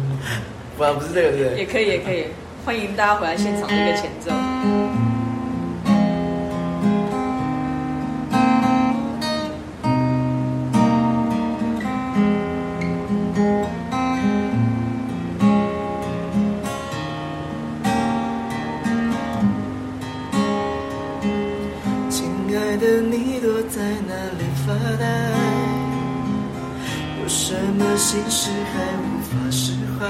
吗？不是这个，对不对？也可以，也可以，欢迎大家回来现场的一个前奏。亲爱的，你躲在哪里发呆？有什么心事还无法释怀？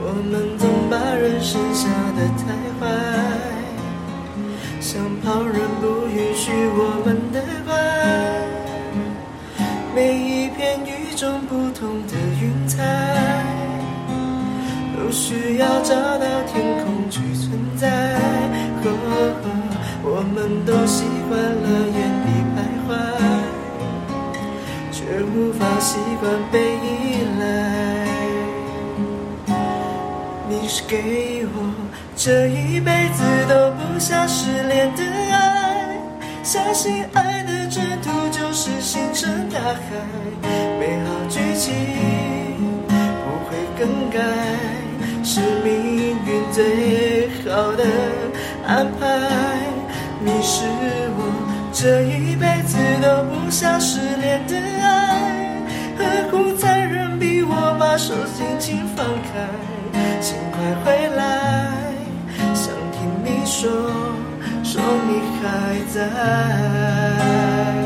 我们总把人生想得太坏，想旁人不允许我们的爱，每一片与众不同的云彩，都需要找到天空去存在。哦哦我们都习惯了原地徘徊，却无法习惯被依赖。你是给我这一辈子都不想失联的爱，相信爱的征途就是星辰大海，美好剧情不会更改，是命运最好的安排。你是我这一辈子都不想失联的爱。何苦残忍逼我把手紧紧放开？请快回来，想听你说，说你还 在。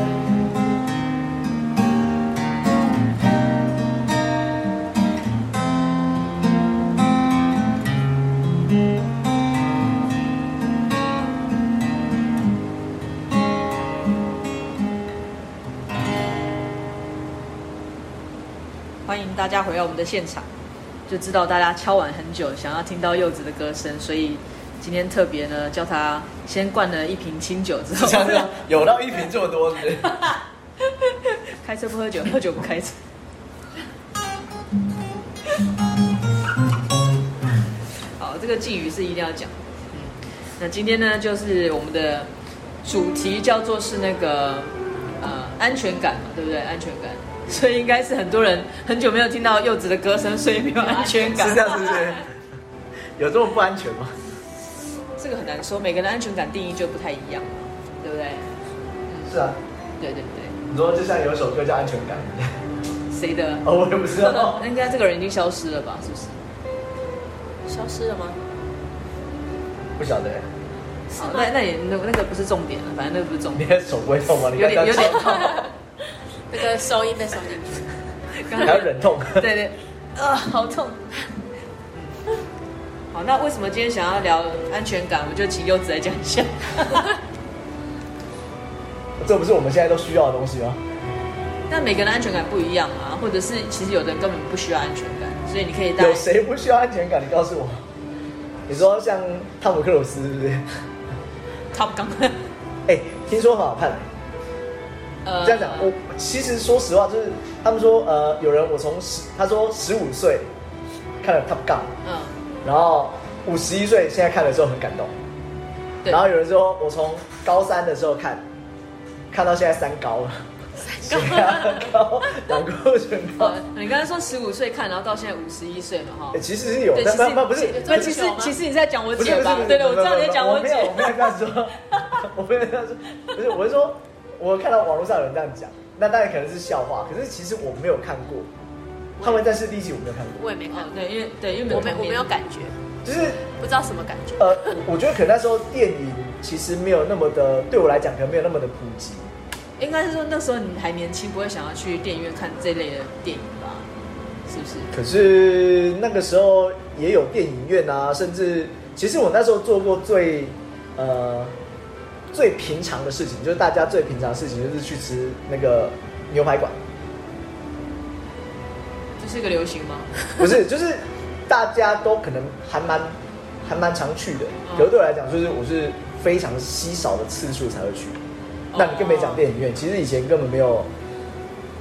欢迎大家回到我们的现场，就知道大家敲碗很久，想要听到柚子的歌声，所以今天特别呢叫他先灌了一瓶清酒之后，像 这样有到一瓶这么多是不 是？开车不喝酒，喝酒不开车。 好，这个寄语是一定要讲。嗯，那今天呢，就是我们的主题叫做是那个呃安全感嘛，对不对？安全感，所以应该是很多人很久没有听到柚子的歌声，所以没有安全感。是这样是不是？有这么不安全吗？ 这个很难说，每个人的安全感定义就不太一样，对不对？是啊，对对对，你说就像有一首歌叫《安全感》，谁的？哦，我也 。不知道应该这个人已经消失了吧？是不是？消失了吗？不晓得，好，那那也那那个不是重点了，反正那个不是重你点，的手不会痛吗？你有点有点痛，痛， 那个收音被收进 去，刚还要忍痛。 对 对，啊，好痛。好，那为什么今天想要聊安全感？我就请柚子来讲一 下。这不是我们现在都需要的东西吗？但每个人的安全感不一样啊，或者是其实有的人根本不需要安全感，所以你可以带有谁不需要安全感？你告诉我。你说像汤姆克鲁斯是不是？ 他不刚哎、听说很好看、 呃这样讲，我其实说实话，就是他们说，呃，有人我从十，他说十五岁看了 Top Gun，嗯，然后五十一岁现在看的时候很感动，对然后有人说我从高三的时候看，看到现在三高了， 三高，胆固醇高。呃，你刚才说十五岁看，然后到现在五十一岁嘛，哈哎，。其实是有，对，但其但实但不是，那其实其实你在讲我不是不姐是吧不是，？对对，我知道不你是在讲我没姐有，。我没有这样说， 我没有这样说，不是，我是说，我看到网络上有人这样讲，那当然可能是笑话，可是其实我没有看过，《捍卫战士》第一集我没有看过，我也没看哦，过，对，因为对，因为我没我没有，感觉，就是不知道什么感觉。呃，我觉得可能那时候电影其实没有那么的，对我来讲可能没有那么的普及，应该是说那时候你还年轻，不会想要去电影院看这类的电影吧？是不是？可是那个时候也有电影院啊，甚至其实我那时候做过最呃最平常的事情，就是大家最平常的事情就是去吃那个牛排馆，这是一个流行吗？不是，就是大家都可能还蛮还蛮常去的，可是对我来讲，就是我是非常稀少的次数才会去。那你更别讲电影院，其实以前根本没有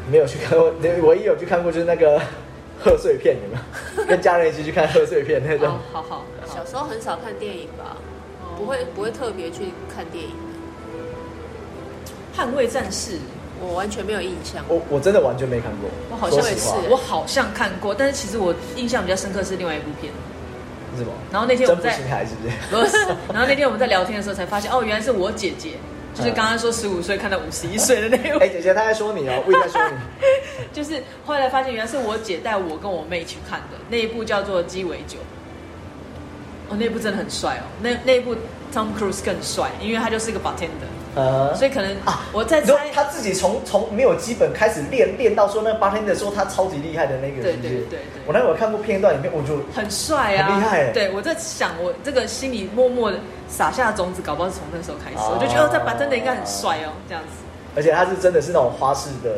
没有去看过， 唯一有去看过就是那个 贺岁片，有没有？跟家人一起去看贺岁片那种。哦，好好小好，哦时候很少看电影吧，不会不会特别去看电影。捍卫战士，我完全没有印象。我我真的完全没看过，我好像也说实话是我好像看过，但是其实我印象比较深刻是另外一部 片。是什么？然后那天我征们服在星海是不是？不 是，然后那天我们在聊天的时候才发现，哦，原来是我姐姐，就是刚刚说十五岁看到五十一岁的那哎、位，姐姐，她在说你哦，魏在说你。就是后来发现原来是我姐带我跟我妹去看的那一部叫做《鸡尾酒》，哦，那一部真的很帅哦，那那一部 Tom Cruise 更帅，因为他就是一个 bartender，呃， 所以可能啊我在你说猜，他自己从从没有基本开始练，练到说那个八天的说他超级厉害的那个，对是不是对对对我那会儿看过片段里面，我就很帅啊，很厉害欸对，我在想，我这个心里默默的撒下的种子，搞不好是从那时候开始，哦我就觉得哦，这 bartender 应该很帅哦，这样子，而且他是真的是那种花式的，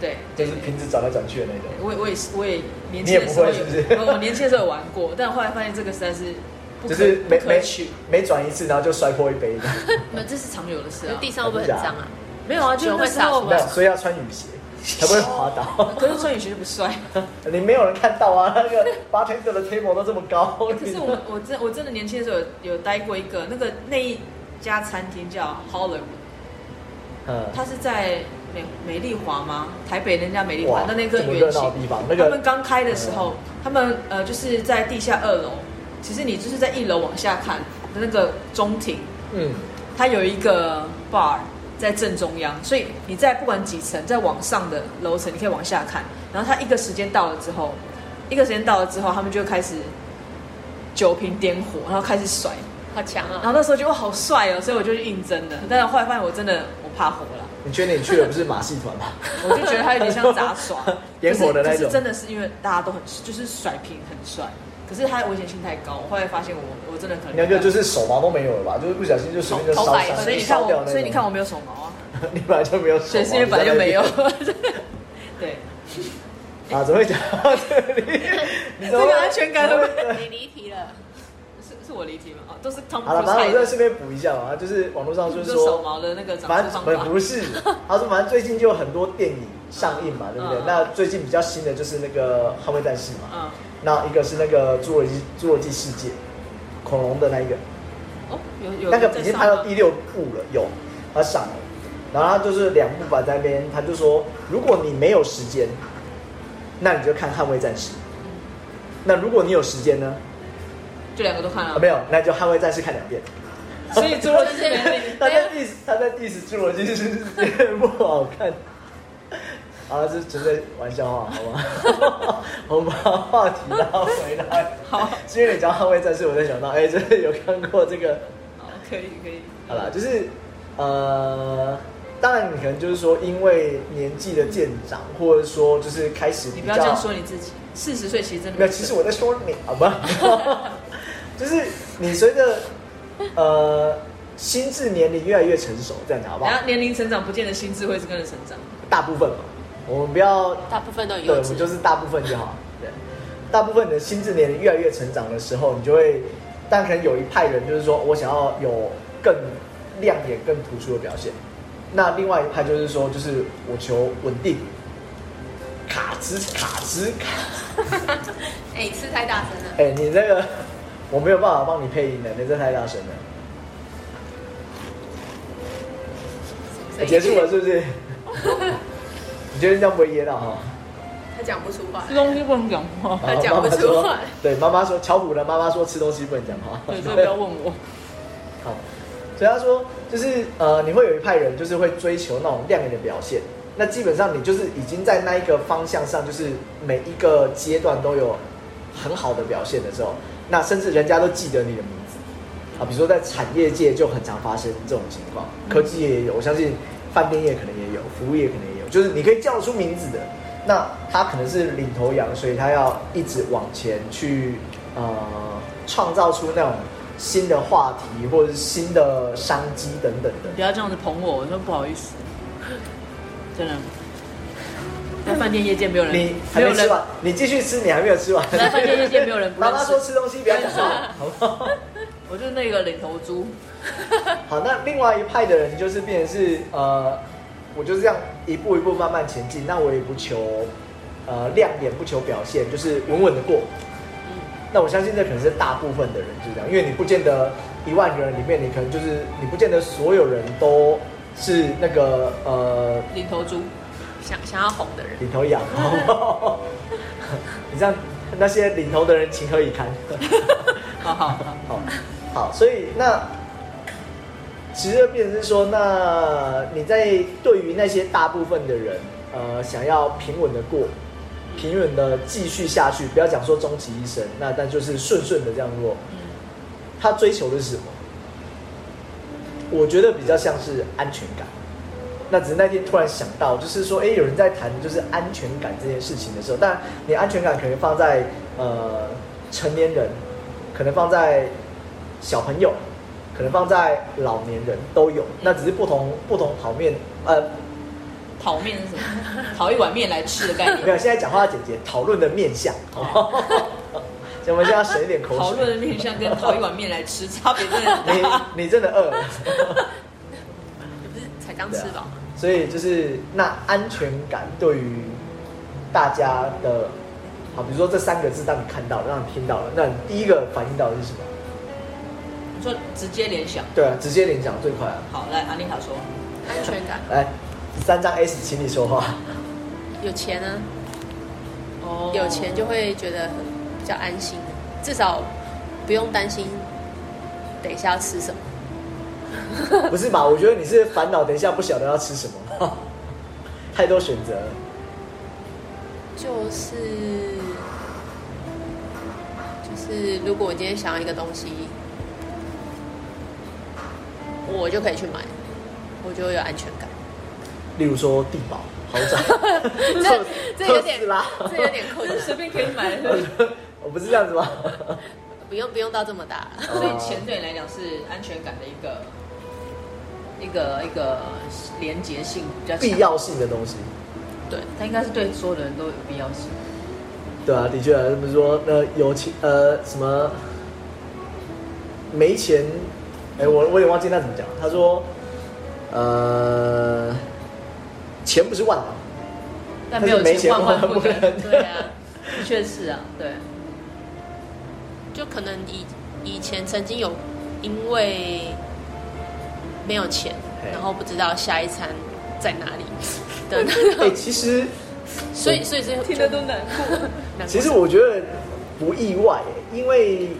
对，就是瓶子转来转去的那种。我也我也是，我也年你轻也的不时候会有，是不是我我年轻的时候有玩过，但后来发现这个实在是不就可是每不可每取，每转一次，然后就摔破一 杯这样，那这是常有的事可是啊。地上会不会很脏啊？没有啊，就是那时酒候会没洒有，所以要穿雨鞋才不会滑倒。 可是穿雨鞋就不帅。你没有人看到啊，那个八天的 table 都这么高。 哎可是我我真我真的年轻的时候有有待过一个那个那一家餐厅叫 Hollywood，嗯，它是在美美丽华吗？台北人家美丽华哇的那个这么园热闹区的。地方，那个嗯他们刚开的时候，他们呃就是在地下二楼，其实你就是在一楼往下看的那个中庭，嗯，它有一个 bar 在正中央，所以你在不管几层，在往上的楼层，你可以往下看。然后它一个时间到了之后，一个时间到了之后，他们就开始酒瓶点火，然后开始甩。好强然啊！后那时候觉得哇好帅哦，所以我就去应征了。但是后来发现我真的我怕火了，你确定你去的不是马戏团吗？，我就觉得它有点像杂耍 点火的那可是可种是真的是因为大家都很就是甩瓶很帅，可是他危险性太高，我后来发现我我真的可能你看，就就是手毛都没有了吧？就是不小心就随便就头烧发也伤，所以你看烧掉我，那所以你种看我没有手毛啊。 你本来就没有手毛，对，是因为本来就 没有你在。对，那 边啊，怎么会讲到这里？你这怎么会个安全感都没有 你离题了，是是我离题吗？哦，都是 Tom 好了，反正我 Cruise 这的，顺便补一下嘛，就是网络上就是就是手说，毛的那个长反出正方不法。不是，他说反正最近就有很多电影上映嘛，对不对嗯？那最近比较新的就是那个《捍卫战士》嘛，嗯，那一个是那个《侏罗纪侏罗纪世界》，恐龙的那一个，哦，有有那个在已经上拍到吗第六部了，有，他上了，然后他就是两部吧，在那边他就说，如果你没有时间，那你就看《捍卫战士》，嗯那如果你有时间呢？就两个都看啊，了，没有，那就《捍卫战士》看两遍。所以侏罗纪没力。 他在 diss 他在 diss 侏罗纪世界不好看。 啊，这纯粹玩笑话，好吗？ 我们把话题拉回来。 好，是因为你讲《捍卫战士》，我才想到，哎、真的有看过这个。好，可以可以。好啦，就是呃，当然你可能就是说，因为年纪的渐长，或者说就是开始比你较，不要这样说你自己，四十岁其实真的没有，事其实我在说你，好吧？ 就是你随着呃心智年龄越来越成熟，这样讲好不好然？后年龄成长不见得心智会是跟着成长。大部分嘛，我们不要大部分都很对，幼我稚们。就是大部分就好。对，大部分你的心智年龄越来越成长的时候，你就会，但可能有一派人就是说我想要有更亮眼、更突出的表现，那另外一派就是说，就是我求稳定，卡兹卡兹卡，哎，你吃太大声了。哎、你这个我没有办法帮你配音的，你这太大声了。哎结束了是不是？ 你觉得这样不会噎到哈？他讲不出话哦吃。东西不能讲 话，他讲不出啊妈妈说话 对，妈妈说，乔普的妈妈说吃东西不能讲话。对，所以不要问我。好，所以他说就是呃，你会有一派人就是会追求那种亮眼的表现，那基本上你就是已经在那一个方向上，就是每一个阶段都有很好的表现的时候，那甚至人家都记得你的名字啊。比如说在产业界就很常发生这种情况，嗯科技业也有，我相信饭店业可能也有，服务业可能也有，就是你可以叫得出名字的。那他可能是领头羊，所以他要一直往前去呃创造出那种新的话题或者是新的商机等等的。不要这样子捧我，我说不好意思，真的。在饭店业界没有人，你还没有没吃人完，你继续吃，你还没有吃完。来饭店夜店没有人不认妈识妈说吃东西不要讲 话，好不好？我就是那个领头猪，好，那另外一派的人就是变成是呃，我就是这样一步一步慢慢前进，那我也不求呃亮眼，不求表现，就是稳稳的过。那我相信这可能是大部分的人就是这样，因为你不见得一万个人里面，你可能就是你不见得所有人都是那个呃领头猪，想想要红的人，领头羊， 你这样那些领头的人情何以堪？好好好，好，好，所以那其实就变成是说，那你在对于那些大部分的人，呃，想要平稳的过，平稳的继续下去，不要讲说终其一生，那但就是顺顺的这样过。他追求的是什么？我觉得比较像是安全感。那只是那天突然想到，就是说，哎，有人在谈就是安全感这件事情的时候，但你安全感可能放在呃成年人，可能放在小朋友，可能放在老年人都有，那只是不同不同跑面，呃，讨面是什么？讨一碗面来吃的概没有，念。现在讲话的姐姐讨论的面相， 所以我们现在要省一点口水。讨论的面向跟讨一碗面来吃差别真的很大。你你真的饿了。你不是才刚吃饱吗？所以就是那安全感对于大家的，好，比如说这三个字让你看到了，让你听到了，那你第一个反应到的是什么？你说直接联想。对啊，直接联想最快啊！好，来安妮塔说，安全感，来，三张 S，请你说话。有钱啊呢，哦有钱就会觉得很比较安心，至少不用担心等一下要吃什么。 不是吧？我觉得你是烦恼，等一下不晓得要吃什么， 太多选择了。就是就是，如果我今天想要一个东西，我就可以去买，我就有安全感。例如说地堡、豪宅， 这这有点特斯拉，这有点困就是随难，便 可以买的，是不是 我不是这样子吗？不用不用到这么大。所以钱对你来讲是安全感的一个一个一个连结性比较强必，要性的东西。对，它应该是对所有的人都有必要性。对啊，的确啊，他们说那有钱呃什么没钱，哎，我我也忘记那怎么讲。他说，呃，钱不是万 能，但没有但是没钱万万不万万不能，能对啊，的确是啊，对，就可能以以前曾经有因为没有钱嘿，然后不知道下一餐在哪里的那哎，种，其实所以所以是听得都难过。难怪其实我觉得不意外，因为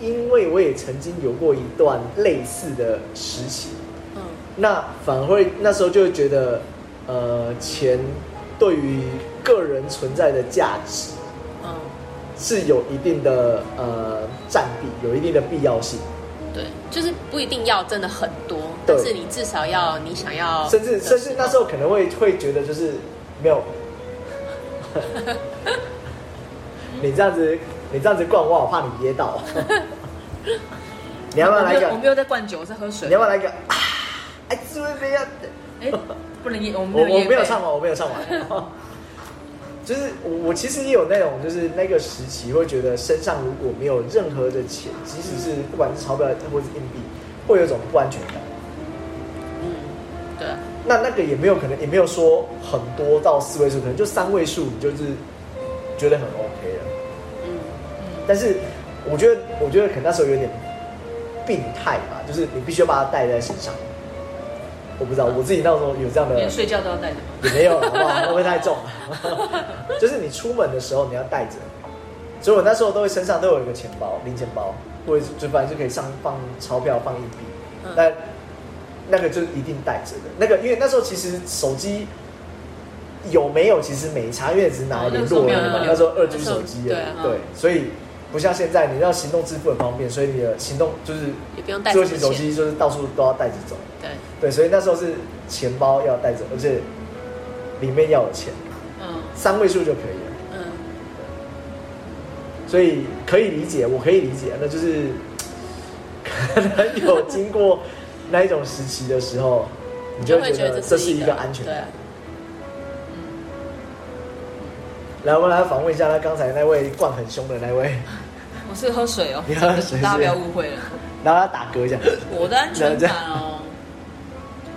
因为我也曾经有过一段类似的时期，嗯那反而会那时候就会觉得，呃，钱对于个人存在的价值，嗯是有一定的呃占比，有一定的必要性，对，就是不一定要真的很多，对但是你至少要你想要，甚至甚至那时候可能会会觉得就是没有， 你这样子你这样子灌我，我怕你噎到。 你要不要来一个我？没有在灌酒，我在喝水你要。不要来一个？啊！哎，滋味不要。哎，不能也，我们我我也没有唱完， 我没有唱完。就是我我其实也有那种，就是那个时期会觉得身上如果没有任何的钱，即使是不管是钞票或是硬币，会有一种不安全感。嗯，对，那那个也没有可能，也没有说很多到四位数，可能就三位数，你就是觉得很 OK 了。嗯但是我觉得，我觉得可能那时候有点病态吧，就是你必须要把它带在身上。我不知道，我自己那时候有这样的连睡觉都要带着。也没有了，好不好？会不会太重 了？就是你出门的时候你要带着，所以我那时候都会身上都有一个钱包、零钱包，或者是就反正就可以上放钞票、放硬币嗯，那、那个就一定带着的。那个因为那时候其实手机有没有其实没差，因为只是拿来联络而已嘛。哦那那时时候候二没 G 有手机而已那时候对啊对，所以不像现在你要行动支付很方便，所以你的行动就是也不用带智慧什么型钱，手机就是到处都要带着走。对，对，所以那时候是钱包要带着，而且里面要有钱，嗯，三位数就可以了。嗯，所以可以理解，我可以理解，那就是可能有经过那一种时期的时候，你就会觉得这是一个安全对感。来，我们来访问一下他刚才那位灌很凶的那位，我是喝水哦你喝水，大家不要是误会了。然后他打嗝一下。我的安 全感哦，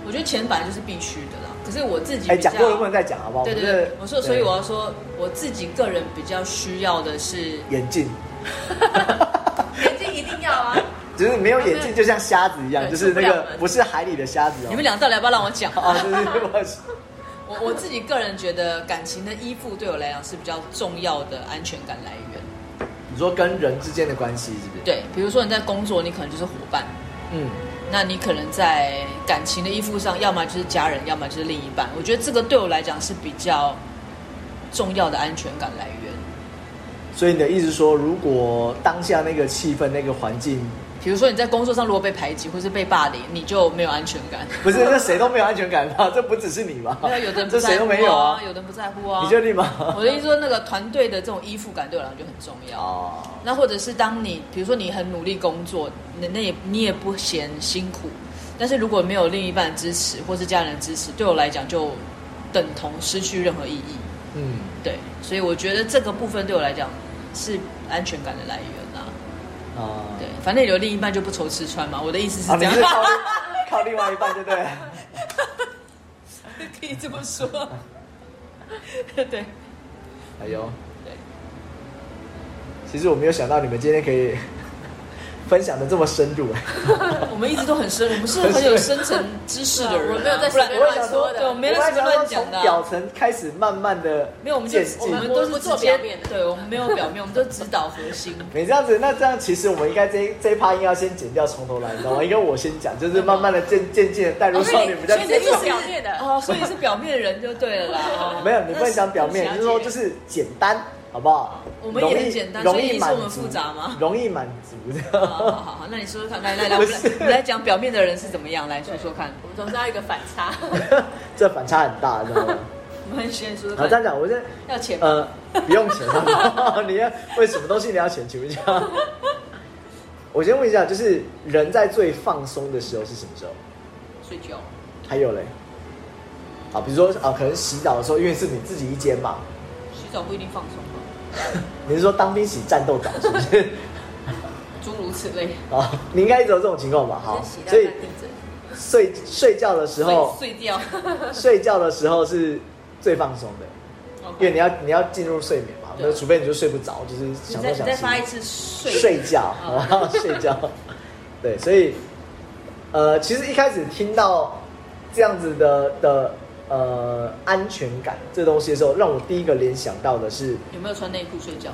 我觉得钱本来就是必须的啦。可是我自己哎，比较讲过的不能再讲，好不好？对对们对这，我说，所以我要说，我自己个人比较需要的是对眼镜，眼镜一定要啊，就是没有眼镜，就像瞎子一样，对就是那出不了个门不是海里的瞎子哦。你们俩到底要不要让我讲？哦，对对对， 我我自己个人觉得，感情的依附对我来讲是比较重要的安全感来源。你说跟人之间的关系是不是？对，比如说你在工作，你可能就是伙伴；嗯，那你可能在感情的依附上，要么就是家人，要么就是另一半。我觉得这个对我来讲是比较重要的安全感来源。所以你的意思是说，如果当下那个气氛、那个环境，比如说你在工作上如果被排挤或是被霸凌，你就没有安全感。不是这谁都没有安全感吧？ 这不只是你吧？没有，有的人不这在谁乎都没有啊有。的人不在乎啊。你确定吗？ 我的意思说，那个团队的这种依附感对我来讲就很重要。哦，那或者是当你，比如说你很努力工作，那那也你也不嫌辛苦，但是如果没有另一半支持或是家人支持，对我来讲就等同失去任何意义。嗯，对，所以我觉得这个部分对我来讲是安全感的来源啊。哦，对，反正有另一半就不愁吃穿嘛。我的意思是啊，这样，你是靠靠另外一半，对不对了？ 可以这么 说。对哎呦，对，其实我没有想到你们今天可以 分享的这么深入。我们一直都很深，我们是很有深层知识的人啊、我没有在不然 随我也便想说，乱说的对，我没有在随我还便想说乱讲从的啊、表层开始，慢慢的没有，我们就我们都是我们直做接表面的对，我们没有表面，我们都指导核 心。你这样子，那这样其实我们应该这一这一趴应该要先剪掉，从头来，你知 道吗？应该我先讲，就是慢慢的渐渐渐的带入哦所少以女你比较所以你接的意受思。是表面的哦，所以是表面人就对了啦。哦 没有，你不能讲表面，那就是是说了解就是简单，好不好？我们也容易很简单容所以易你说满我们足复杂吗容易满足好的。好好好，那你说说看，来来来，我们来不是我们来讲表面的人是怎么样，来说说看。我们总是要一个反差。 这反差很大，你知道吗？我们先说好，说这样看，讲，我是要钱吗？呃，不用钱啊，你要为什么东西你要钱？请问一下，我先问一下，就是人在最放松的时候是什么时候？睡觉。还有嘞，啊，比如说啊，可能洗澡的时候，因为是你自己一间嘛，洗澡不一定放松吧，你是说当兵洗战斗澡是不是？ 诸如此类。啊，你应该一直有这种情况吧？好先洗，到所以干净整睡睡觉的时候，碎碎掉。睡觉的时候是最放松的，因为你要你要进入睡眠嘛，对那除非你就睡不着，就是你想再你东想再西发。一次睡睡觉，好哦不好？ 睡觉。对，所以呃，其实一开始听到这样子的的呃安全感这东西的时候，让我第一个联想到的是，有没有穿内裤睡觉？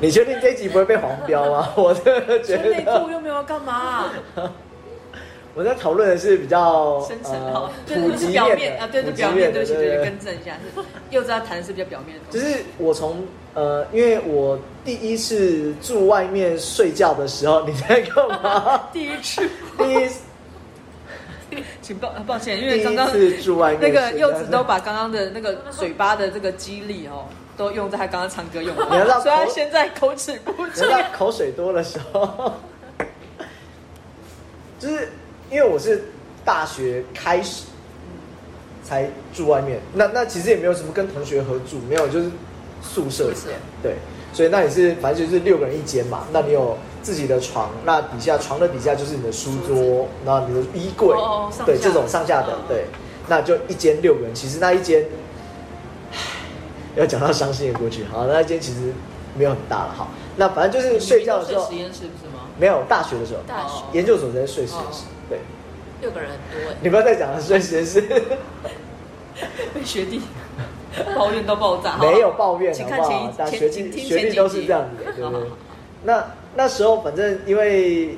你确定这一集不会被黄标吗？ 我真的觉穿内裤得又没有要干嘛、我在讨论的是比较深层呃哦，对普对及是表面的啊，对对普及表面，的对不起对对对，对更正一下，是幼稚要谈的是比较表面的东就西。？是我从呃，因为我第一次住外面睡觉的时候，你在干嘛 第一次，第一请抱呃抱歉，因第为刚一刚次住外面那睡觉，个柚子都把刚刚的那个嘴巴的这个肌力哦，都用在他刚刚唱歌用的你要 让，所以他口现在口齿不只清是。在口水多的时候， 就是因为我是大学开始才住外面，那那其实也没有什么跟同学合住，没有就是宿舍里宿舍面对，所以那你是反正就是六个人一间嘛，那你有自己的床，那底下床的底下就是你的书桌，然后你的衣柜，哦哦上对下这种上下的、哦对，那就一间六个人，其实那一间。要讲到伤心的过去，好，那间其实没有很大了，好，那反正就是睡觉的时候实，验室不是吗？没有大学的时候，大学研究所才睡实验室哦，对，六个人很多哎，你不要再讲了，睡实验室被学弟 抱怨到爆 炸，好吧没有抱怨请好看不好前？但一学前弟请听学前弟几都是集这样 子的，对好好对好对。那那时候反正因为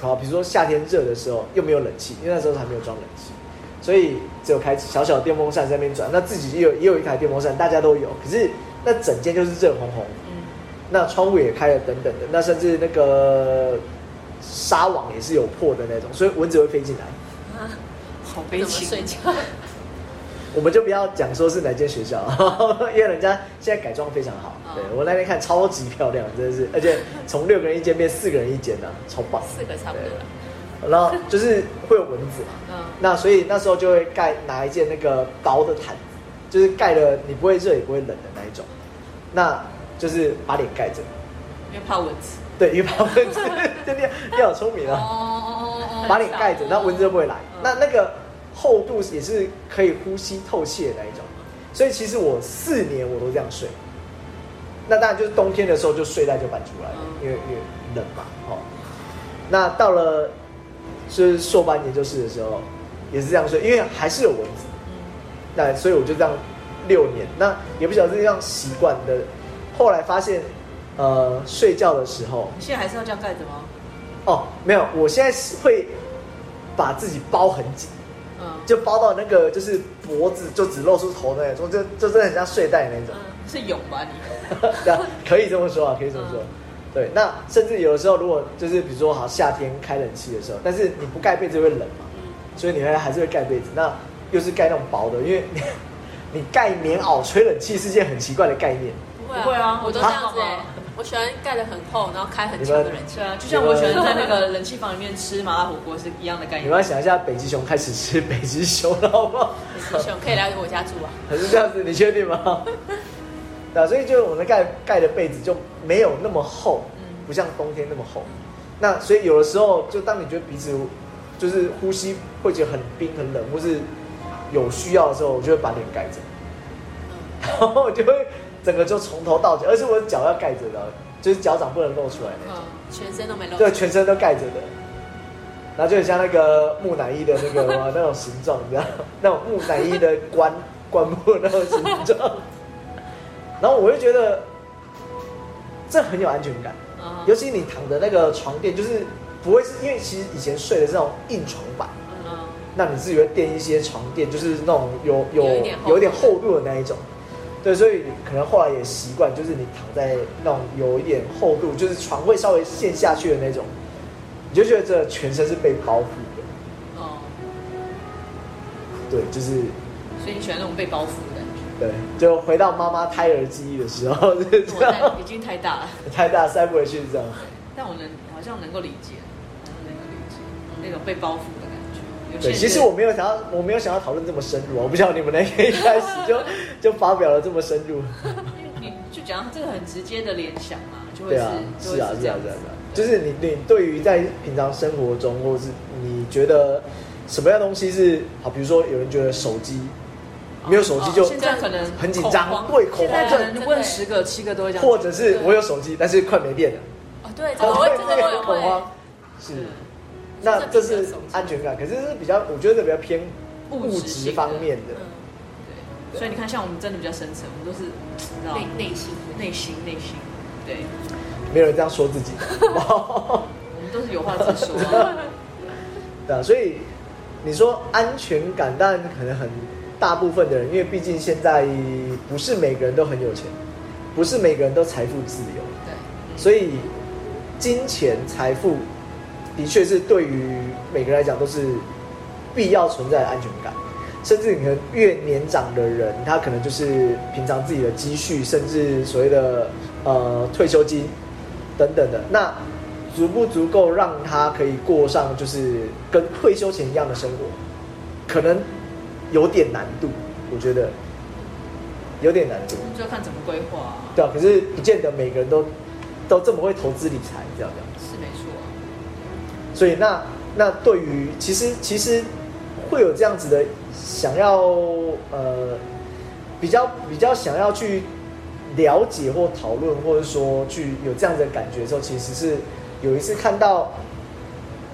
好，比如说夏天热的时候又没有冷气，因为那时候还没有装冷气，所以只有开小小的电风扇在那边转。那自己也有也有一台电风扇，大家都有，可是那整间就是热烘烘。嗯，那窗户也开了，等等的，那甚至那个纱网也是有破的那种，所以蚊子会飞进来。好怎悲么情。啊睡觉？我们就不要讲说是哪间学校， 因为人家现在改装非常好。哦对我那天看超级漂亮，真的是，而且从六个人一间变四个人一间呢、啊 超棒。四个差不多了。然后就是会有蚊 子嘛，嗯，那所以那时候就会盖拿一件那个薄的毯子，就是盖了你不会热也不会冷的那一种，那就是把脸盖着。因为怕蚊子。对，因为把蚊子， 就你你好聪明哦啊。哦哦哦把脸盖着，那蚊子就不会来嗯。那那个厚度也是可以呼吸透气的那一种，所以其实我四年我都这样睡，那当然就是冬天的时候就睡袋就搬出来了，嗯因为因为冷嘛，哦。那到了就是硕班研究室的时候，也是这样睡，因为还是有蚊子，嗯那所以我就这样六年，那也不晓得是这样习惯的。后来发现，呃，睡觉的时候，现在还是要这样盖着吗？哦，没有，我现在是会把自己包很紧，嗯，就包到那个就是脖子就只露出头那种，就就真的很像睡袋那种。嗯是蛹吧你？ 对啊， 可以这么说啊，可以这么说嗯。对，那甚至有的时候，如果就是比如说好夏天开冷气的时候，但是你不盖被子会冷嘛，所以你会还是会盖被子。那又是盖那种薄的，因为你盖棉袄吹冷气是件很奇怪的概念。不不会啊我都我这知道样子啊哎、我喜欢盖得很厚，然后开很强的冷气是。啊，就像我喜欢在那个冷气房里面吃麻辣火锅是一样的概你们要念。想一下，北极熊开始吃北极熊了，好不好？ 很凶，可以来我家住啊。还是这样子，你确定吗？对啊，所以就是我们盖盖的被子就没有那么厚，嗯不像冬天那么厚。那所以有的时候，就当你觉得鼻子就是呼吸会觉得很冰很冷，或是有需要的时候，我就会把脸盖着， 然后我就会整个就从头到脚，而且我的脚要盖着的，就是脚掌不能露出来那嗯，种全身都没露。对，全身都盖着的，然后就很像那个木乃伊的那个哇那种形状，你知道，那种木乃伊的棺 棺木那种形状。然后我就觉得这很有安全感，嗯尤其你躺的那个床垫，就是不会是因为其实以前睡的是那种硬床板，嗯那你自己会垫一些床垫，就是那种有有有一点厚有一点厚度的那一种。对，所以可能后来也习惯，就是你躺在那种有一点厚度，就是床会稍微陷下去的那种，你就觉得这全身是被包覆的。哦，对，就是所以你喜欢那种被包覆的感 觉？对，就回到妈妈胎儿记忆的时 候，就是我这在样，已经太大了，太大塞不回去这样。但我能好像能够理解，好像能够理解那种被包覆的感觉。有些对，人其实就我没有想要，我没有想要讨论这么深入啊，我不晓得你们那个一开始就 就发表了这么深入。 你就讲这个很直接的联想嘛，就会对是啊，就是会啊，是是这啊样，子是啊，是啊，就是你你对于在平常生活中，或者是你觉得什么样的东西是好，比如说有人觉得手机没有手机就哦现在可能哦很紧恐张，慌对，恐现在慌可症，能问十个七个都会这样，或者是我有手机，但是快没电了，哦，对，这然个后我也真的会我也恐慌会。，是。嗯那这这比是较手机安全感，可是是比较，我觉得比较偏物质物性质的方面的。嗯，对，所以你看，像我们真的比较深层，我们都是你知道内内心内心内心，对，没有人这样说自己的，哇我们都是有话直说 啊。对啊，所以你说安全感，但可能很大部分的人，因为毕竟现在不是每个人都很有钱，不是每个人都财富自由，对，所以金钱财富的确是对于每个人来讲都是必要存在的安全感。甚至你可能越年长的人，他可能就是平常自己的积蓄，甚至所谓的呃退休金等等的，那足不足够让他可以过上就是跟退休前一样的生活？可能有点难度，我觉得有点难度。就要看怎么规划啊，对啊，可是不见得每个人都都这么会投资理财，这样这样。是没错啊。所以那那对于其实其实会有这样子的想要呃比较比较想要去了解或讨论，或者说去有这样子的感觉的时候，其实是有一次看到，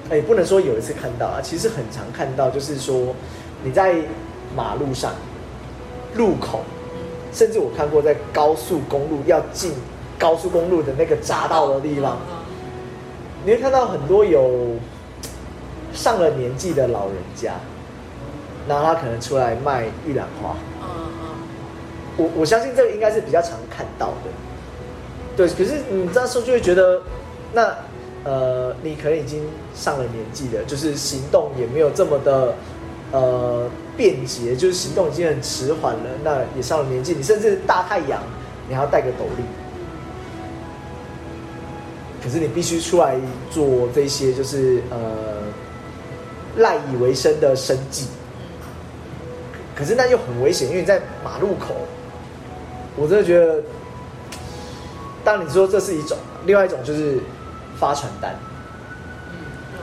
哎、不能说有一次看到啊，其实很常看到，就是说你在马路上路口，甚至我看过在高速公路要进高速公路的那个匝道的地方。嗯你会看到很多有上了年纪的老人家，然后他可能出来卖玉兰花。嗯我我相信这个应该是比较常看到的。对，可是你这时候就会觉得，那呃，你可能已经上了年纪了，就是行动也没有这么的呃便捷，就是行动已经很迟缓了。那也上了年纪，你甚至大太阳，你还要戴个斗笠。可是你必须出来做这些，就是呃赖以为生的生计。可是那又很危险，因为你在马路口，我真的觉得，当你说这是一种，另外一种就是发传单，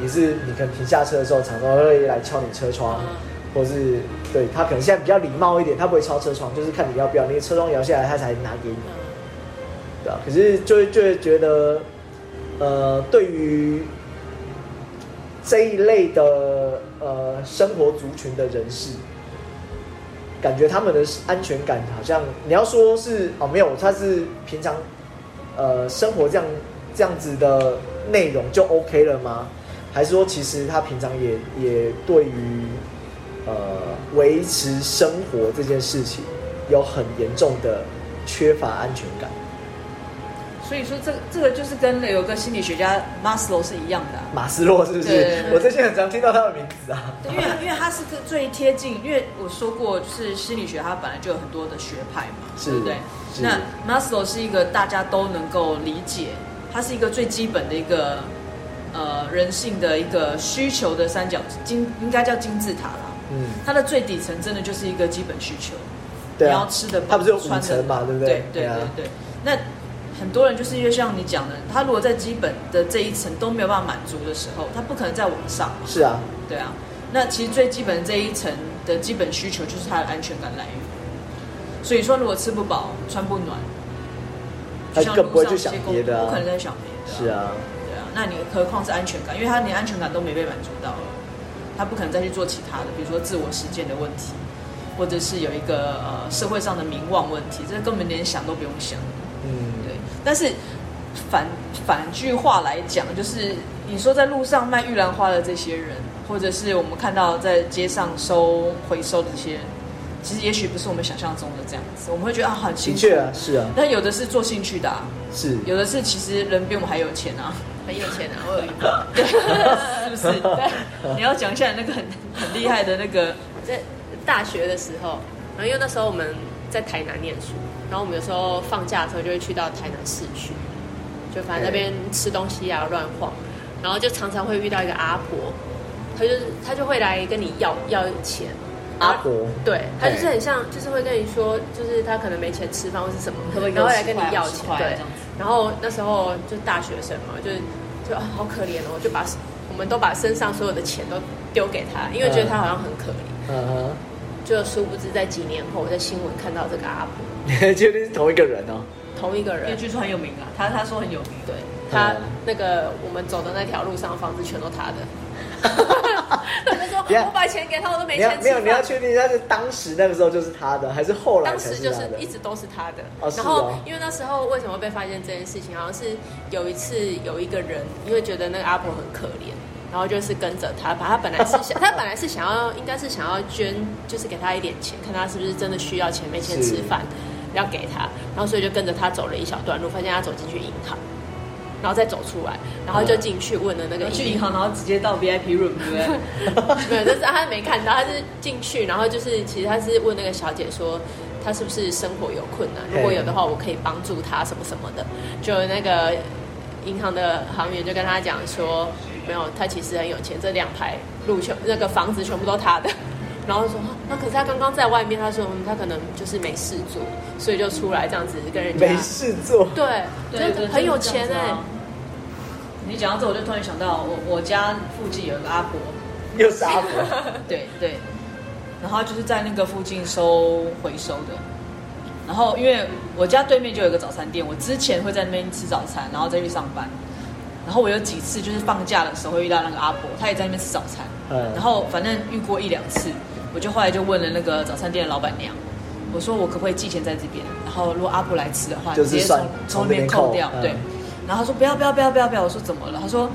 也是你可能停下车的时候，常常会来敲你车窗嗯，或是对他可能现在比较礼貌一点，他不会敲车窗，就是看你要不要，你的车窗摇下来，他才拿给你。嗯对啊，可是就会就会觉得，呃，对于这一类的呃生活族群的人士，感觉他们的安全感好像你要说是哦没有，他是平常呃生活这样这样子的内容就 OK 了吗？还是说其实他平常也也对于呃维持生活这件事情有很严重的缺乏安全感？所以说这个这个就是跟有个心理学家 Maslow 是一样的啊、马斯洛是不对对是？对我最近很常听到他的名字啊。对，因为因为它是最最贴近，因为我说过，就是心理学它本来就有很多的学派嘛，是对不对？是那 Maslow 是一个大家都能够理解，它是一个最基本的一个呃人性的一个需求的三角金，应该叫金字塔啦。嗯，它的最底层真的就是一个基本需求，对你啊要，吃的，它不是有五穿的层嘛，对不对对对啊，对对。那很多人就是因为像你讲的，他如果在基本的这一层都没有办法满足的时候，他不可能再往上嘛。是啊，对啊，那其实最基本的这一层的基本需求就是他的安全感来源。所以说，如果吃不饱、穿不暖，他就像更不会路去上想街工别的不啊可。能再想别的、是，啊，对啊，那你何况是安全感，因为他连安全感都没被满足到了，他不可能再去做其他的，比如说自我实践的问题，或者是有一个呃社会上的名望问题，这根本连想都不用想。嗯，对，但是反反句话来讲，就是你说在路上卖玉兰花的这些人，或者是我们看到在街上收回收的这些人，其实也许不是我们想象中的这样子，我们会觉得啊很辛苦。的确啊，是啊，但有的是做兴趣的、啊，是。有的是其实人比我们还有钱啊，很有钱啊，我有一个 是不是？但你要讲一下你那个很很厉害的那个，在大学的时候，然后因为那时候我们在台南念书，然后我们有时候放假的时候就会去到台南市区，就反正那边吃东西啊乱晃，然后就常常会遇到一个阿婆，她就是她就会来跟你要要钱。阿婆对，她就是很像，就是会跟你说，就是她可能没钱吃饭或是什么，可不可以给然我后来10跟你块要50钱，块啊这对样子。然后那时候就大学生嘛，就就、啊、好可怜哦，就把我们都把身上所有的钱都丢给她，因为觉得她好像很可怜。嗯哼， 就殊不知在几年后，我在新闻看到这个阿婆，你还确定是同一个人哦？同一个因为人，据说很有名啊，他他说很有名，对他嗯那个我们走的那条路上的房子全都他 的，他就等一说下我把钱给他，我都没你要钱没吃有，你要饭。确定他是当时那个时候就是他的，还是后来当才时是就他是的一？直都是他的哦，是然哦后因为那时候为什么被发现这件事情，好像是有一次有一个人，因为觉得那个阿婆很可怜，然后就是跟着他，把他本来是 想，他本来是想要，应该是想要捐，就是给他一点钱，看他是不是真的需要钱，没钱是吃饭，要给他，然后所以就跟着他走了一小段路，发现他走进去银行，然后再走出来，然后哦就进去问了那个去银行然后直接到 VIP room，对不 对？ 没有，但是他没看到，他是进去，然后就是其实他是问那个小姐说，她是不是生活有困难？如果有的话，我可以帮助她什么什么的。就那个银行的行员就跟他讲说，没有，他其实很有钱，这两排路全那个房子全部都他的。然后说，啊那可是他刚刚在外面，他说、嗯、他可能就是没事做，所以就出来这样子跟人家 没，事做，对，对，真的很有钱哎、哎、你讲到这，我就突然想到，我我家附近有一个阿婆，又是阿 婆，对对，然后她就是在那个附近收回收的。然后因为我家对面就有一个早餐店，我之前会在那边吃早餐，然后再去上班。然后我有几次就是放假的时候会遇到那个阿婆，她也在那边吃早餐。嗯然后反正遇过一两次，我就后来就问了那个早餐店的老板娘，我说我可不可以寄钱在这边？然后如果阿婆来吃的话，就是直接算从从从这那边边扣扣掉。嗯对，然后他说不要不要不要不要不要，我说怎么了？他说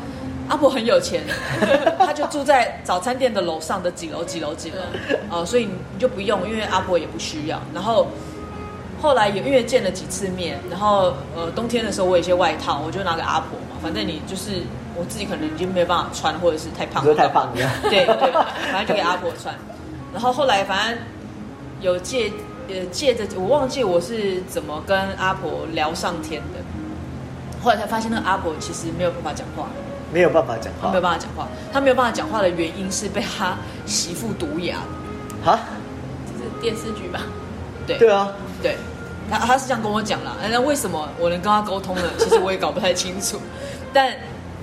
阿婆很有钱， 他就住在早餐店的楼上的几楼几楼 几楼，哦，所以你你就不用，因为阿婆也不需要。然后后来也因为见了几次面，然后呃冬天的时候我有一些外套，我就拿给阿婆嘛，反正你就是我自己可能已经没有办法穿，或者是太胖你了，说太胖了， 对对，反正就给阿婆穿。然后后来反正有借呃借着，我忘记我是怎么跟阿婆聊上天的。后来才发现，那个阿婆其实没有办法讲话，没有办法讲她话没有办法讲话。她没有办法讲话的原因是被她媳妇毒哑。啊？就是电视剧吧，对对啊，对，他他是这样跟我讲啦。哎那为什么我能跟他沟通呢？其实我也搞不太清楚。但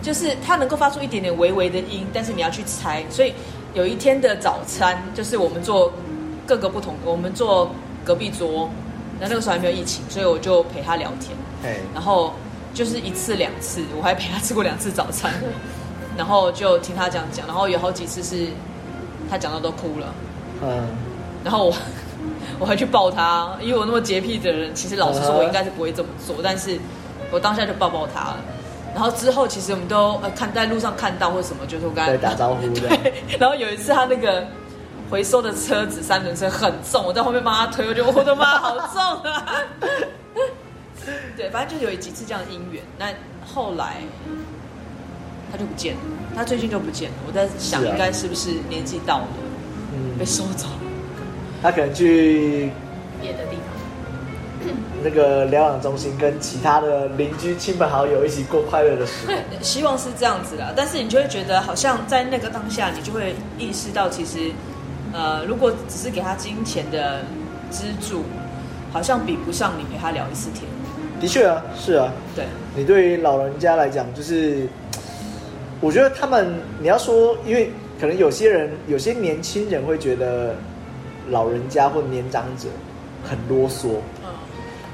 就是他能够发出一点点微微的音，但是你要去猜。所以有一天的早餐，就是我们做各个不同，我们做隔壁桌，那那个时候还没有疫情，所以我就陪他聊天，哎，然后就是一次两次，我还陪他吃过两次早餐，然后就听他这样讲，然后有好几次是他讲到都哭了，嗯，然后我 我还去抱他，因为我那么洁癖的人，其实老实说，我应该是不会这么做，但是我当下就抱抱他了。然后之后，其实我们都呃看在路上看到或什么，就是我跟他对，打招呼的，对， 然后有一次他那个回收的车子三轮车很重，我在后面帮他推，我就我的妈，好重啊！ 对，反正就有几次这样的姻缘。那后来他就不见了，他最近就不见了。我在想，是啊应该是不是年纪到了，被嗯，收走了？他可能去别的地方，那个疗养中心跟其他的邻居、亲朋好友一起过快乐的时光。希望是这样子啦。但是你就会觉得，好像在那个当下，你就会意识到，其实呃，如果只是给他金钱的资助，好像比不上你陪他聊一次天。的确啊，是啊，对。你对于老人家来讲，就是我觉得他们，你要说，因为可能有些人，有些年轻人会觉得老人家或年长者很啰嗦。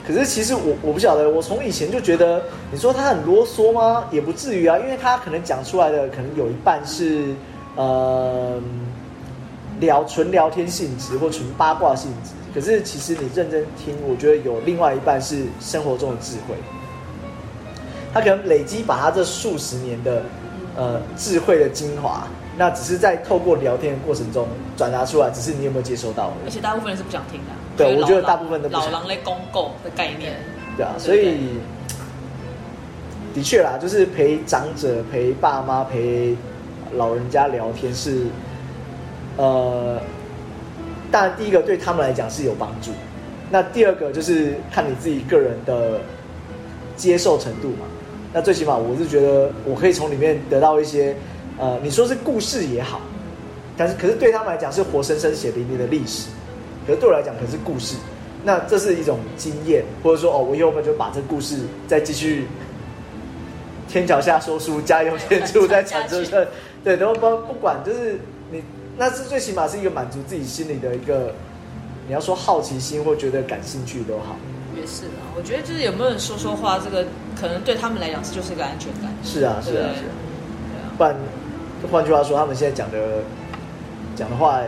可是其实我我不晓得，我从以前就觉得，你说他很啰嗦吗？也不至于啊，因为他可能讲出来的可能有一半是呃聊纯聊天性质或纯八卦性质，可是其实你认真听，我觉得有另外一半是生活中的智慧。他可能累积把他这数十年的呃智慧的精华，那只是在透过聊天的过程中转达出来，只是你有没有接收到而而已，且大部分人是不想听的。对就是我觉得老大部分都不想老狼来公购的概念，对啊，对所以的确啦，就是陪长者、陪爸妈、陪老人家聊天是呃，当然第一个对他们来讲是有帮助，那第二个就是看你自己个人的接受程度嘛。那最起码我是觉得我可以从里面得到一些，呃，你说是故事也好，但是可是对他们来讲是活生生血淋淋的历史，可是对我来讲可能是故事。那这是一种经验，或者说哦，我以后就把这故事再继续天桥下说书，加油添醋，再传出去。 对，然后不不管就是你，那是最起码是一个满足自己心里的一个，你要说好奇心或觉得感兴趣都好。也是啊。我觉得就是有没有人说说话，这个可能对他们来讲这就是个安全感。是啊，是对啊，是啊。对啊，不然，换句话说，他们现在讲的讲的话，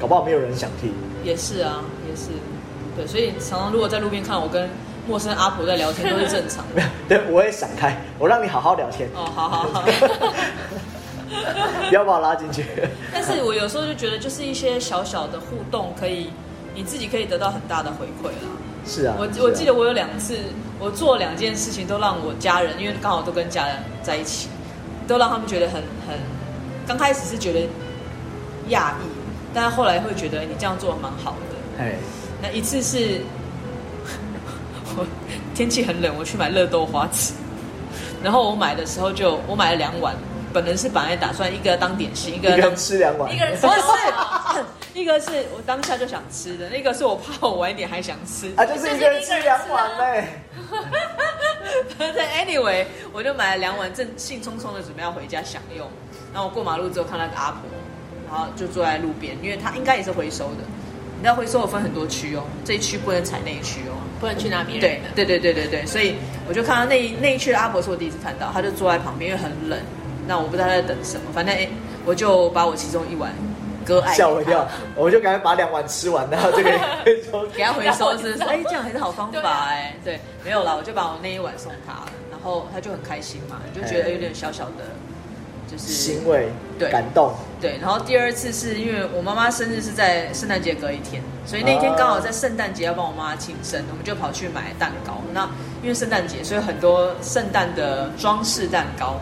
搞不好没有人想 听。也是啊，也是。对，所以常常如果在路边看我跟陌生阿婆在聊天，都是正常的。对，我会闪开，我让你好好聊天，哦，好好好。不要把我拉进去。但是我有时候就觉得，就是一些小小的互动，可以你自己可以得到很大的回馈啦。是啊，我是啊我记得我有两次，我做两件事情都让我家人，因为刚好都跟家人在一起，都让他们觉得很很，刚开始是觉得讶异，但后来会觉得你这样做得蛮好的。哎，那一次是， 我天气很冷，我去买热豆花吃， 然后我买的时候就我买了两碗，本人是本来打算一个当点心，一一个个当人吃两碗，一个人吃不是，一个是我当下就想吃的，那个是我怕我晚一点还想吃。 啊，就是一个人吃两碗就是一个嘞。但 anyway，我就买了两碗，正兴冲冲的准备要回家享用。然后我过马路之后看到一个阿婆，然后就坐在路边，因为她应该也是回收的。你知道回收有分很多区哦，这一区不能踩那一区哦。不能去拿别对人的。对对对对对，所以我就看到那一那一区的阿婆是我第一次看到，她就坐在旁边，因为很冷。那我不知道她在等什么，反正哎，我就把我其中一碗割爱给她哎吓我一跳，我就赶快把两碗吃完，然后就可以说给他回收是不是？哎、这样还是好方对法啊哎、对，没有啦，我就把我那一碗送他，然后他就很开心嘛，就觉哎得有点小小的，就是行为对感动，对。然后第二次是因为我妈妈生日是在圣诞节隔一天，所以那天刚好在圣诞节要帮我妈庆生，我们就跑去买蛋糕。那因为圣诞节，所以很多圣诞的装饰蛋糕，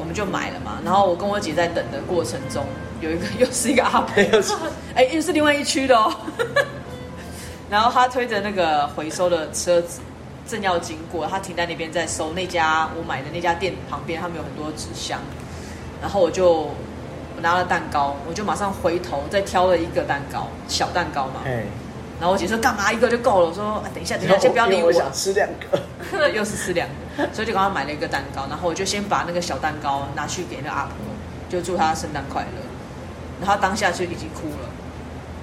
我们就买了嘛。然后我跟我姐在等的过程中，有一个又是一个阿伯，又是 哎、又是另外一区的哦。 然后他推着那个回收的车子，正要经过，他停在那边在收那家我买的那家店旁边，他们有很多纸箱。然后我就我拿了蛋糕，我就马上回头再挑了一个蛋糕，小蛋糕嘛。哎，然后我姐说干嘛一个就够了，我说、啊、等一下等一下，啊先不要理因为我我，想吃两个，对又是吃两个，所以就刚刚买了一个蛋糕，然后我就先把那个小蛋糕拿去给那阿婆，就祝她圣诞快乐。然后她当下就已经哭了，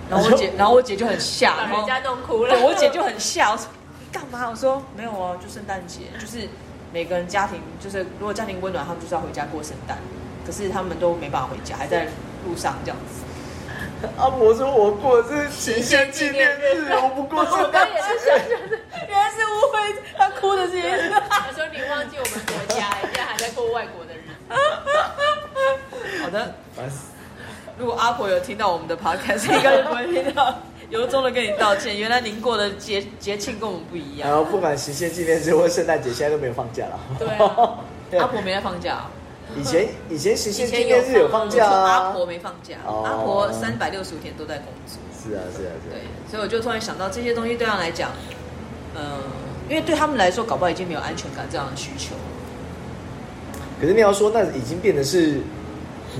然后我 姐，然后我姐就很吓，把然后人家弄哭了。对我姐就很吓，我说你干嘛？我说没有啊，就圣诞节，就是每个人家庭，就是如果家庭温暖，他们就是要回家过圣诞，可是他们都没办法回家，还在路上这样子。阿伯说：“啊我过的是情人纪念日，我不过圣我刚 诞也节。是想着，原来是误会，她哭的是他说你忘记我们国家，你现在还在过外国的日子。好的，”烦死！如果阿婆有听到我们的 podcast，应该就不会听到。由衷的跟你道歉，原来您过的节节庆跟我们不一然样。后不管情人纪念日或圣诞节，现在都没有放假了。对啊 对阿婆没在放假、啊，以前以前情人纪以前有念日有放我假说阿啊。婆没放假，哦阿婆三百六十五天都在工作。是啊是啊是对啊。，所以我就突然想到这些东西对他来讲，呃，因为对他们来说，搞不好已经没有安全感这样的需求。可是你要说，那已经变得是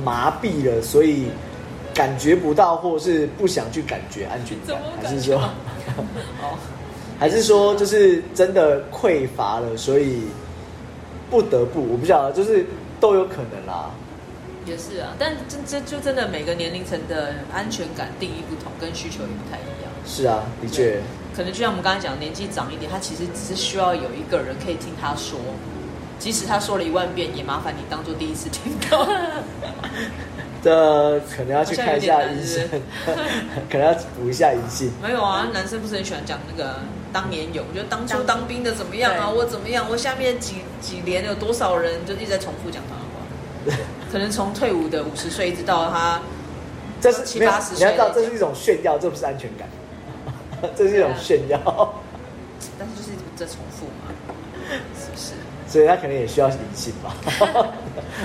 麻痹了，所以感觉不到，或是不想去感觉安全感，还是说， 哦，还是说，就是真的匮乏了，所以不得不，我不晓得，就是都有可能啦。也是啊，但这这就真的每个年龄层的安全感定义不同，跟需求也不太一样。是啊，的确对，可能就像我们刚才讲，年纪长一点，他其实只是需要有一个人可以听他说，即使他说了一万遍，也麻烦你当做第一次听到。这可能要去看好像有一下点难医生是， 可能要补一下银杏。没有啊，男生不是很喜欢讲那个当年有，就当初当当兵的怎么样啊，对我怎么样，我下面几几连有多少人，就一直在重复讲他的话。可能从退伍的五十岁一直到他，这是七没有八十，你要知道，岁这的是一种炫耀，这不是安全 感，这是一种啊炫耀，但是就是一直在重复嘛，是不是？所以他可能也需要银杏吧？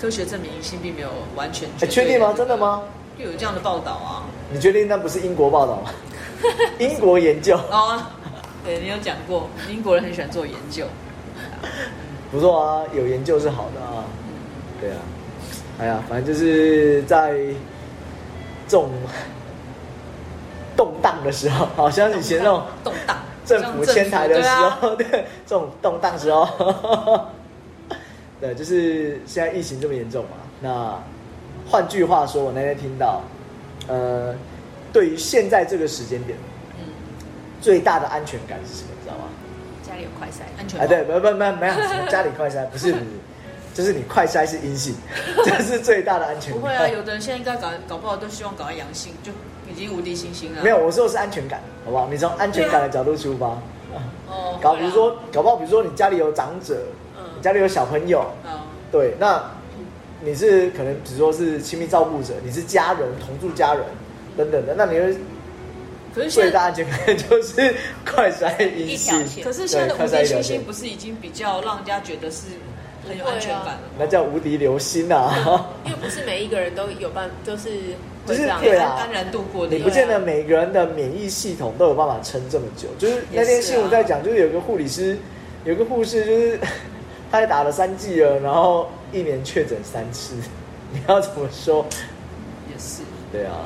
科学证明银杏并没有完全哎确定吗？真的？吗？就有这样的报道啊。你确定那不是英国报道 吗？英国研究哦， 对你有讲过，英国人很喜欢做研究。不错啊，有研究是好的啊。对啊，哎呀，反正就是在这种动荡的时候，好像以前那种动荡，政府迁台的时对啊候，对,、 这种动荡时候， 对，就是现在疫情这么严重嘛。那换句话说，我那天听到，呃，对于现在这个时间点，嗯，最大的安全感是什么？你知道吗？呃家里有快筛，安 全啊，帽对，不不不，没有什么家里快筛，不是不是，就是你快筛是阴性， 这是最大的安全不感。会啊，有的人现在应该搞搞不好都希望搞到阳性，就已经无敌星星了。没有，我说的是安全感，好不好？你从安全感的角度出发，啊哦，搞比如说，搞不好比如说你家里有长者，你嗯，家里有小朋友，啊，对，那你是可能比如说是亲密照顾者，你是家人、同住家人等等的，那你会可是最现大在，安全感就是快筛阴一性条，线可是现在的对无快敌筛一条星线星不是已经比较让人家觉得是很有安全感了吗？那叫无敌流 星啊！ 因为不是每一个人都有办，都是就会是这样。对啊安然度过的你一不个。见得每个人的免疫系统都有办法撑这么久。就是那也天是啊新闻在讲，就是有个护理师，有个护士，就是 他也打了三剂了，然后一年确诊三次， 你要怎么说？也是对啊，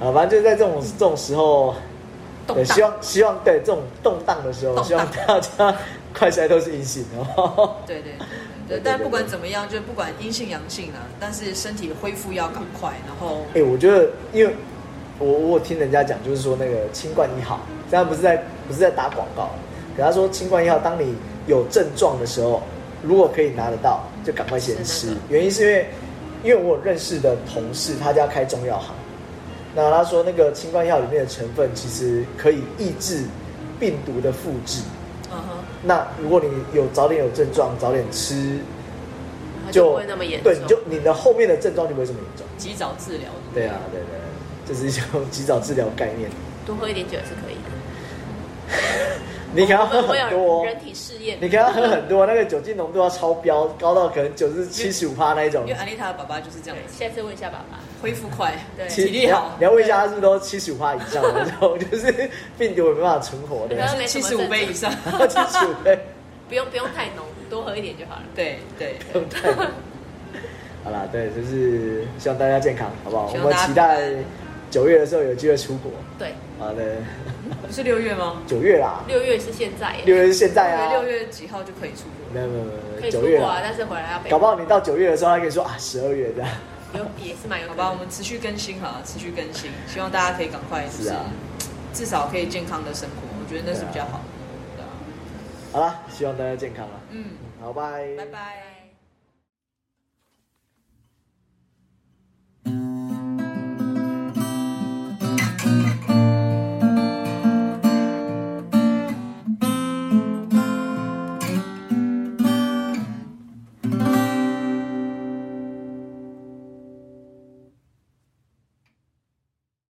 啊，反正就是在这嗯种这种时候，动对，希荡，望希望对这种动荡的时候，动荡希望大家快筛都是阴性哦。对对对对对对对。但对不管对怎么样，就不管阴性阳性啊，但是身体恢复要赶快，然后哎、我觉得，因为我我有听人家讲，就是说那个清冠一号，当然不是在不是在打广告，可他说清冠一号，当你有症状的时候，如果可以拿得到，就赶快先是吃那个。原因是因为，因为我有认识的同事，他家开中药行，那他说那个清冠药里面的成分其实可以抑制病毒的复制。嗯哼。那如果你有早点有症状，早点吃，他就不会那么严重。对，你就你的后面的症状就不会这么严重。及早治疗的。对啊，对对对，这是一种 及早治疗概念。多喝一点酒也是可以的。你可能要我喝呃们会很有多哦，人体试验，你可能要喝很多，那个酒精浓度要超标，高到可能九十七十五趴那一种因为。安丽塔的爸爸就是这样对，子，下次问一下爸爸。恢复快，对体力好你，要问一下，他是不是都七十五趴以上的那种， 就是病毒有没有办法存活的是对，七十五倍以上。 七十五倍。不用不用太浓，多喝一点就好了。对对，不用太浓好啦，对，就是希望大家健康，好不好？我希望们大家期待平安九月的时候有机会出国。对，好的，不是六月吗？九月啦，六月是现在耶，六月是现在啊，六月几号就可以出国？没有没有可没有，以出九月国啊，啦。但是回来要被搞不好你到九月的时候，他跟你说啊，十二月这样。就也是蛮有好可吧，我能的。们持续更新哈，持续更新，希望大家可以赶快，就是是啊至少可以健康的生活，我觉得那是比较好的。对啊好啦，希望大家健康了。嗯，好，拜拜拜。